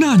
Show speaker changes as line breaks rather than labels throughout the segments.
大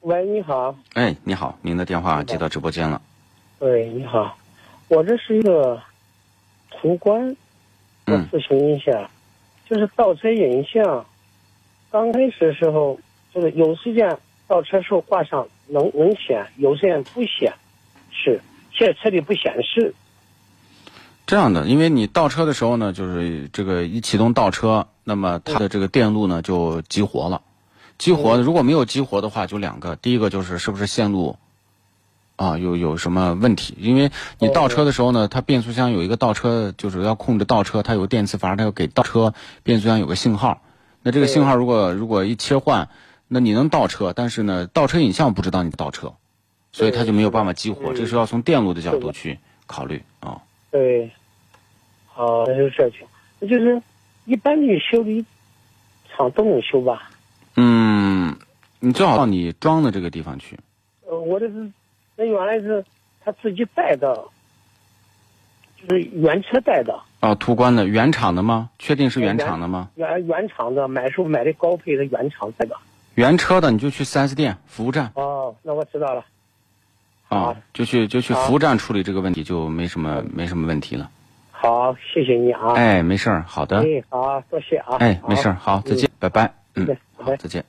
喂，你好，
哎，你好，您的电话接到直播间了。
喂，你好，我这是一个途观，我
嗯
咨询一下，就是倒车影像，刚开始的时候，就是有时间倒车时候挂上能能显，有时间不显示，现在车里不显示，
这样的，因为你倒车的时候呢，就是这个一启动倒车，那么它的这个电路呢就激活了。激活如果没有激活的话，就两个，第一个就是是不是线路啊有有什么问题？因为你倒车的时候呢，它变速箱有一个倒车，就是要控制倒车，它有个电磁阀，它要给倒车变速箱有个信号。那这个信号如果如果一切换，那你能倒车，但是呢，倒车影像不知道你倒车，所以它就没有办法激
嗯
活。这是要从电路的角度去考虑啊。
对，好，那就是这情，那就是一般的修理厂都能修吧？
嗯，你最好到你装的这个地方去。
呃，我这是，那原来是他自己带的，就是原车带的，
啊，途观的原厂的吗？确定是原厂的吗？
原原厂的，买时候买的高配的原厂带的。
原车的你就去 4S 店服务站
哦，那我知道了。
啊
好，
就去就去
好
服务站处理这个问题，就没什
嗯
么没什么问题了。
好，谢谢你啊。
哎，没事儿，好的，
哎，好，多谢啊。
哎，没事儿，
好
好，再见，拜拜，
再
嗯
见，拜
好，
拜
再见。